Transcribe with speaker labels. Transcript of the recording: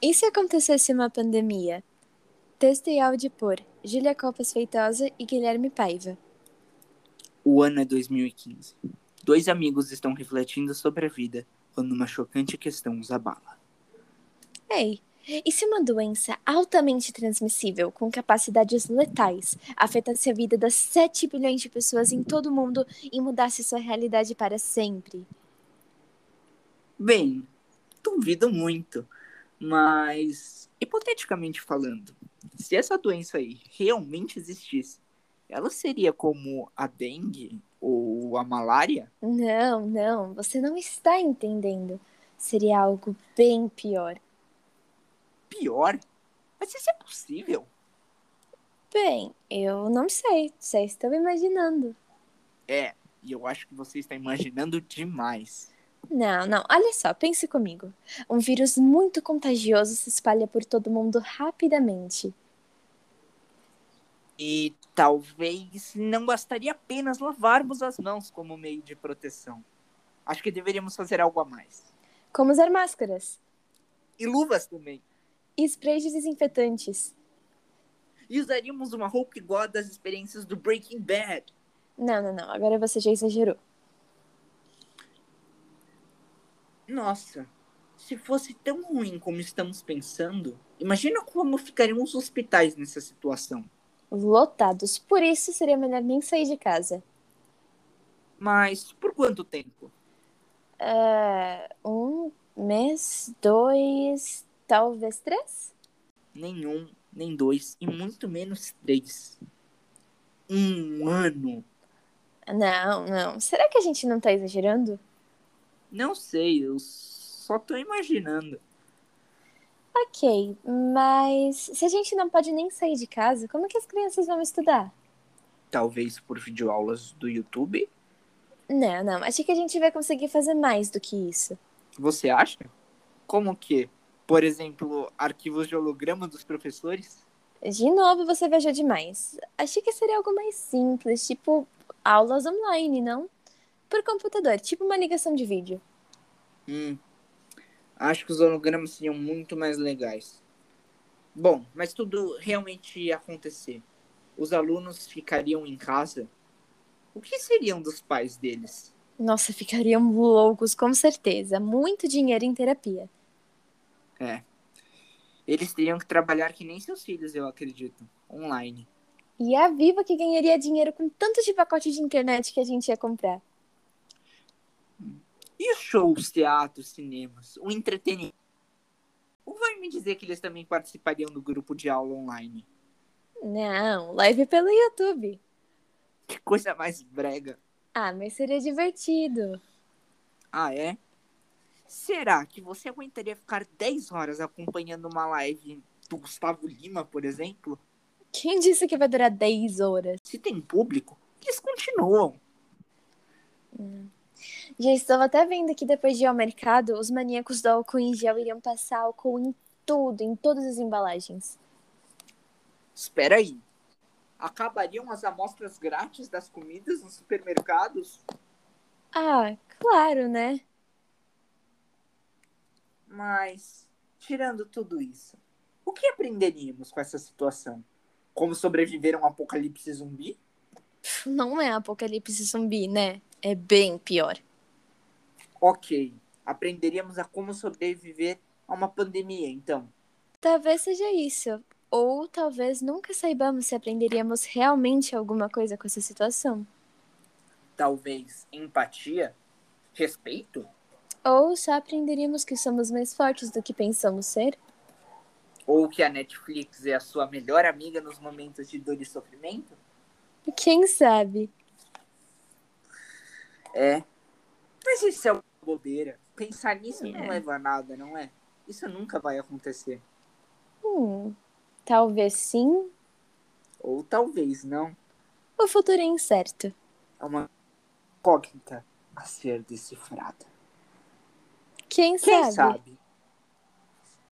Speaker 1: E se acontecesse uma pandemia? Texto e áudio por Júlia Copas Feitosa e Guilherme Paiva.
Speaker 2: O ano é 2015. Dois amigos estão refletindo sobre a vida quando uma chocante questão os abala.
Speaker 1: Ei, e se uma doença altamente transmissível, com capacidades letais, afetasse a vida das 7 bilhões de pessoas em todo o mundo e mudasse sua realidade para sempre?
Speaker 2: Bem, duvido muito, mas hipoteticamente falando, se essa doença aí realmente existisse, ela seria como a dengue ou a malária?
Speaker 1: Não, não, você não está entendendo. Seria algo bem pior.
Speaker 2: Pior? Mas isso é possível?
Speaker 1: Bem, eu não sei, só estou imaginando.
Speaker 2: É, e eu acho que você está imaginando demais.
Speaker 1: Não, não, olha só, pense comigo. Um vírus muito contagioso se espalha por todo mundo rapidamente.
Speaker 2: E talvez não bastaria apenas lavarmos as mãos como meio de proteção. Acho que deveríamos fazer algo a mais.
Speaker 1: Como usar máscaras,
Speaker 2: E luvas também.
Speaker 1: e sprays de desinfetantes.
Speaker 2: E usaríamos uma roupa igual a das experiências do Breaking Bad.
Speaker 1: Não, não, não, agora você já exagerou.
Speaker 2: Nossa, se fosse tão ruim como estamos pensando, imagina como ficariam os hospitais nessa situação.
Speaker 1: Lotados, por isso seria melhor nem sair de casa.
Speaker 2: Mas por quanto tempo?
Speaker 1: É, um mês, dois, talvez três?
Speaker 2: Nenhum, nem dois, e muito menos três. Um ano.
Speaker 1: Não, não, será que a gente não tá exagerando?
Speaker 2: Não sei, eu só tô imaginando.
Speaker 1: Ok, mas se a gente não pode nem sair de casa, como que as crianças vão estudar?
Speaker 2: Talvez por videoaulas do YouTube?
Speaker 1: Não, não, acho que a gente vai conseguir fazer mais do que isso.
Speaker 2: Você acha? Como que? Por exemplo, arquivos de holograma dos professores?
Speaker 1: De novo, você viajou demais. Achei que seria algo mais simples, tipo aulas online, não? Por computador, tipo uma ligação de vídeo.
Speaker 2: Hum. Acho que os hologramas seriam muito mais legais. Bom, mas tudo realmente ia acontecer. Os alunos ficariam em casa? O que seriam dos pais deles?
Speaker 1: Nossa, ficariam loucos, com certeza. Muito dinheiro em terapia.
Speaker 2: É. Eles teriam que trabalhar que nem seus filhos, eu acredito. Online.
Speaker 1: E é a Viva que ganharia dinheiro com tanto de pacote de internet que a gente ia comprar.
Speaker 2: E os shows, teatros, cinemas? O entretenimento? Ou vai me dizer que eles também participariam do grupo de aula online?
Speaker 1: Não, live pelo YouTube.
Speaker 2: Que coisa mais brega.
Speaker 1: Ah, mas seria divertido.
Speaker 2: Ah, é? Será que você aguentaria ficar 10 horas acompanhando uma live do Gustavo Lima, por exemplo?
Speaker 1: Quem disse que vai durar 10 horas?
Speaker 2: Se tem público, eles continuam.
Speaker 1: Já estou até vendo que depois de ir ao mercado, os maníacos do álcool em gel iriam passar álcool em tudo, em todas as embalagens.
Speaker 2: Espera aí. Acabariam as amostras grátis das comidas nos supermercados?
Speaker 1: Ah, claro, né?
Speaker 2: Mas, tirando tudo isso, o que aprenderíamos com essa situação? Como sobreviver a um apocalipse zumbi?
Speaker 1: Pff, Não é apocalipse zumbi, né? É bem pior.
Speaker 2: Ok, aprenderíamos a como sobreviver a uma pandemia, então.
Speaker 1: Talvez seja isso. Ou talvez nunca saibamos se aprenderíamos realmente alguma coisa com essa situação.
Speaker 2: talvez empatia, respeito
Speaker 1: Ou só aprenderíamos que somos mais fortes do que pensamos ser.
Speaker 2: ou que a Netflix é a sua melhor amiga nos momentos de dor e sofrimento?
Speaker 1: Quem sabe?
Speaker 2: É. Mas isso é uma bobeira. Pensar nisso não leva a nada, não é? Isso nunca vai acontecer.
Speaker 1: Hum, talvez sim.
Speaker 2: Ou talvez não.
Speaker 1: O futuro é incerto.
Speaker 2: É uma incógnita a ser decifrada.
Speaker 1: Quem,
Speaker 2: Quem
Speaker 1: sabe?
Speaker 2: sabe?